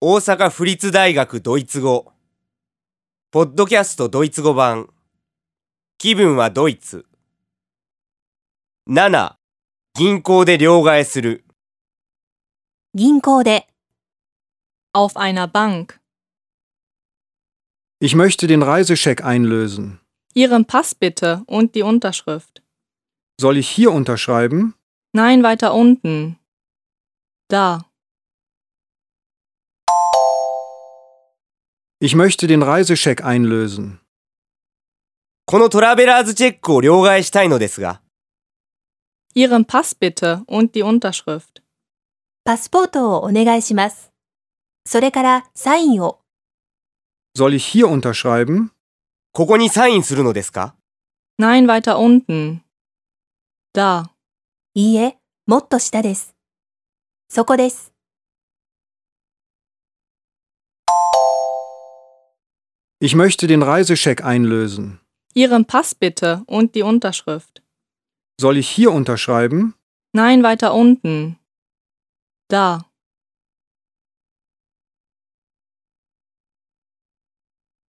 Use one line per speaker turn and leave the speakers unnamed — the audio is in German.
大阪府立大学ドイツ語ポッドキャストドイツ語版気分はドイツ7銀行で両替する
銀行で
Auf einer Bank.
Ich möchte den Reisescheck einlösen.
Ihren Pass bitte und die Unterschrift.
Soll ich hier unterschreiben?
Nein, weiter unten. Da.
Ich möchte den Reisescheck einlösen.
このトラベラーズチェックを両替したいのですが
Ihren Pass bitte und die Unterschrift.
パスポートをお願いします。それからサインを
Soll ich hier unterschreiben?
ここにサインするのですか
Nein, weiter unten. Da.
いいえ、もっと下です。そこです。
Ich möchte den Reisescheck einlösen.
Ihren Pass bitte und die Unterschrift.
Soll ich hier unterschreiben?
Nein, weiter unten. Da.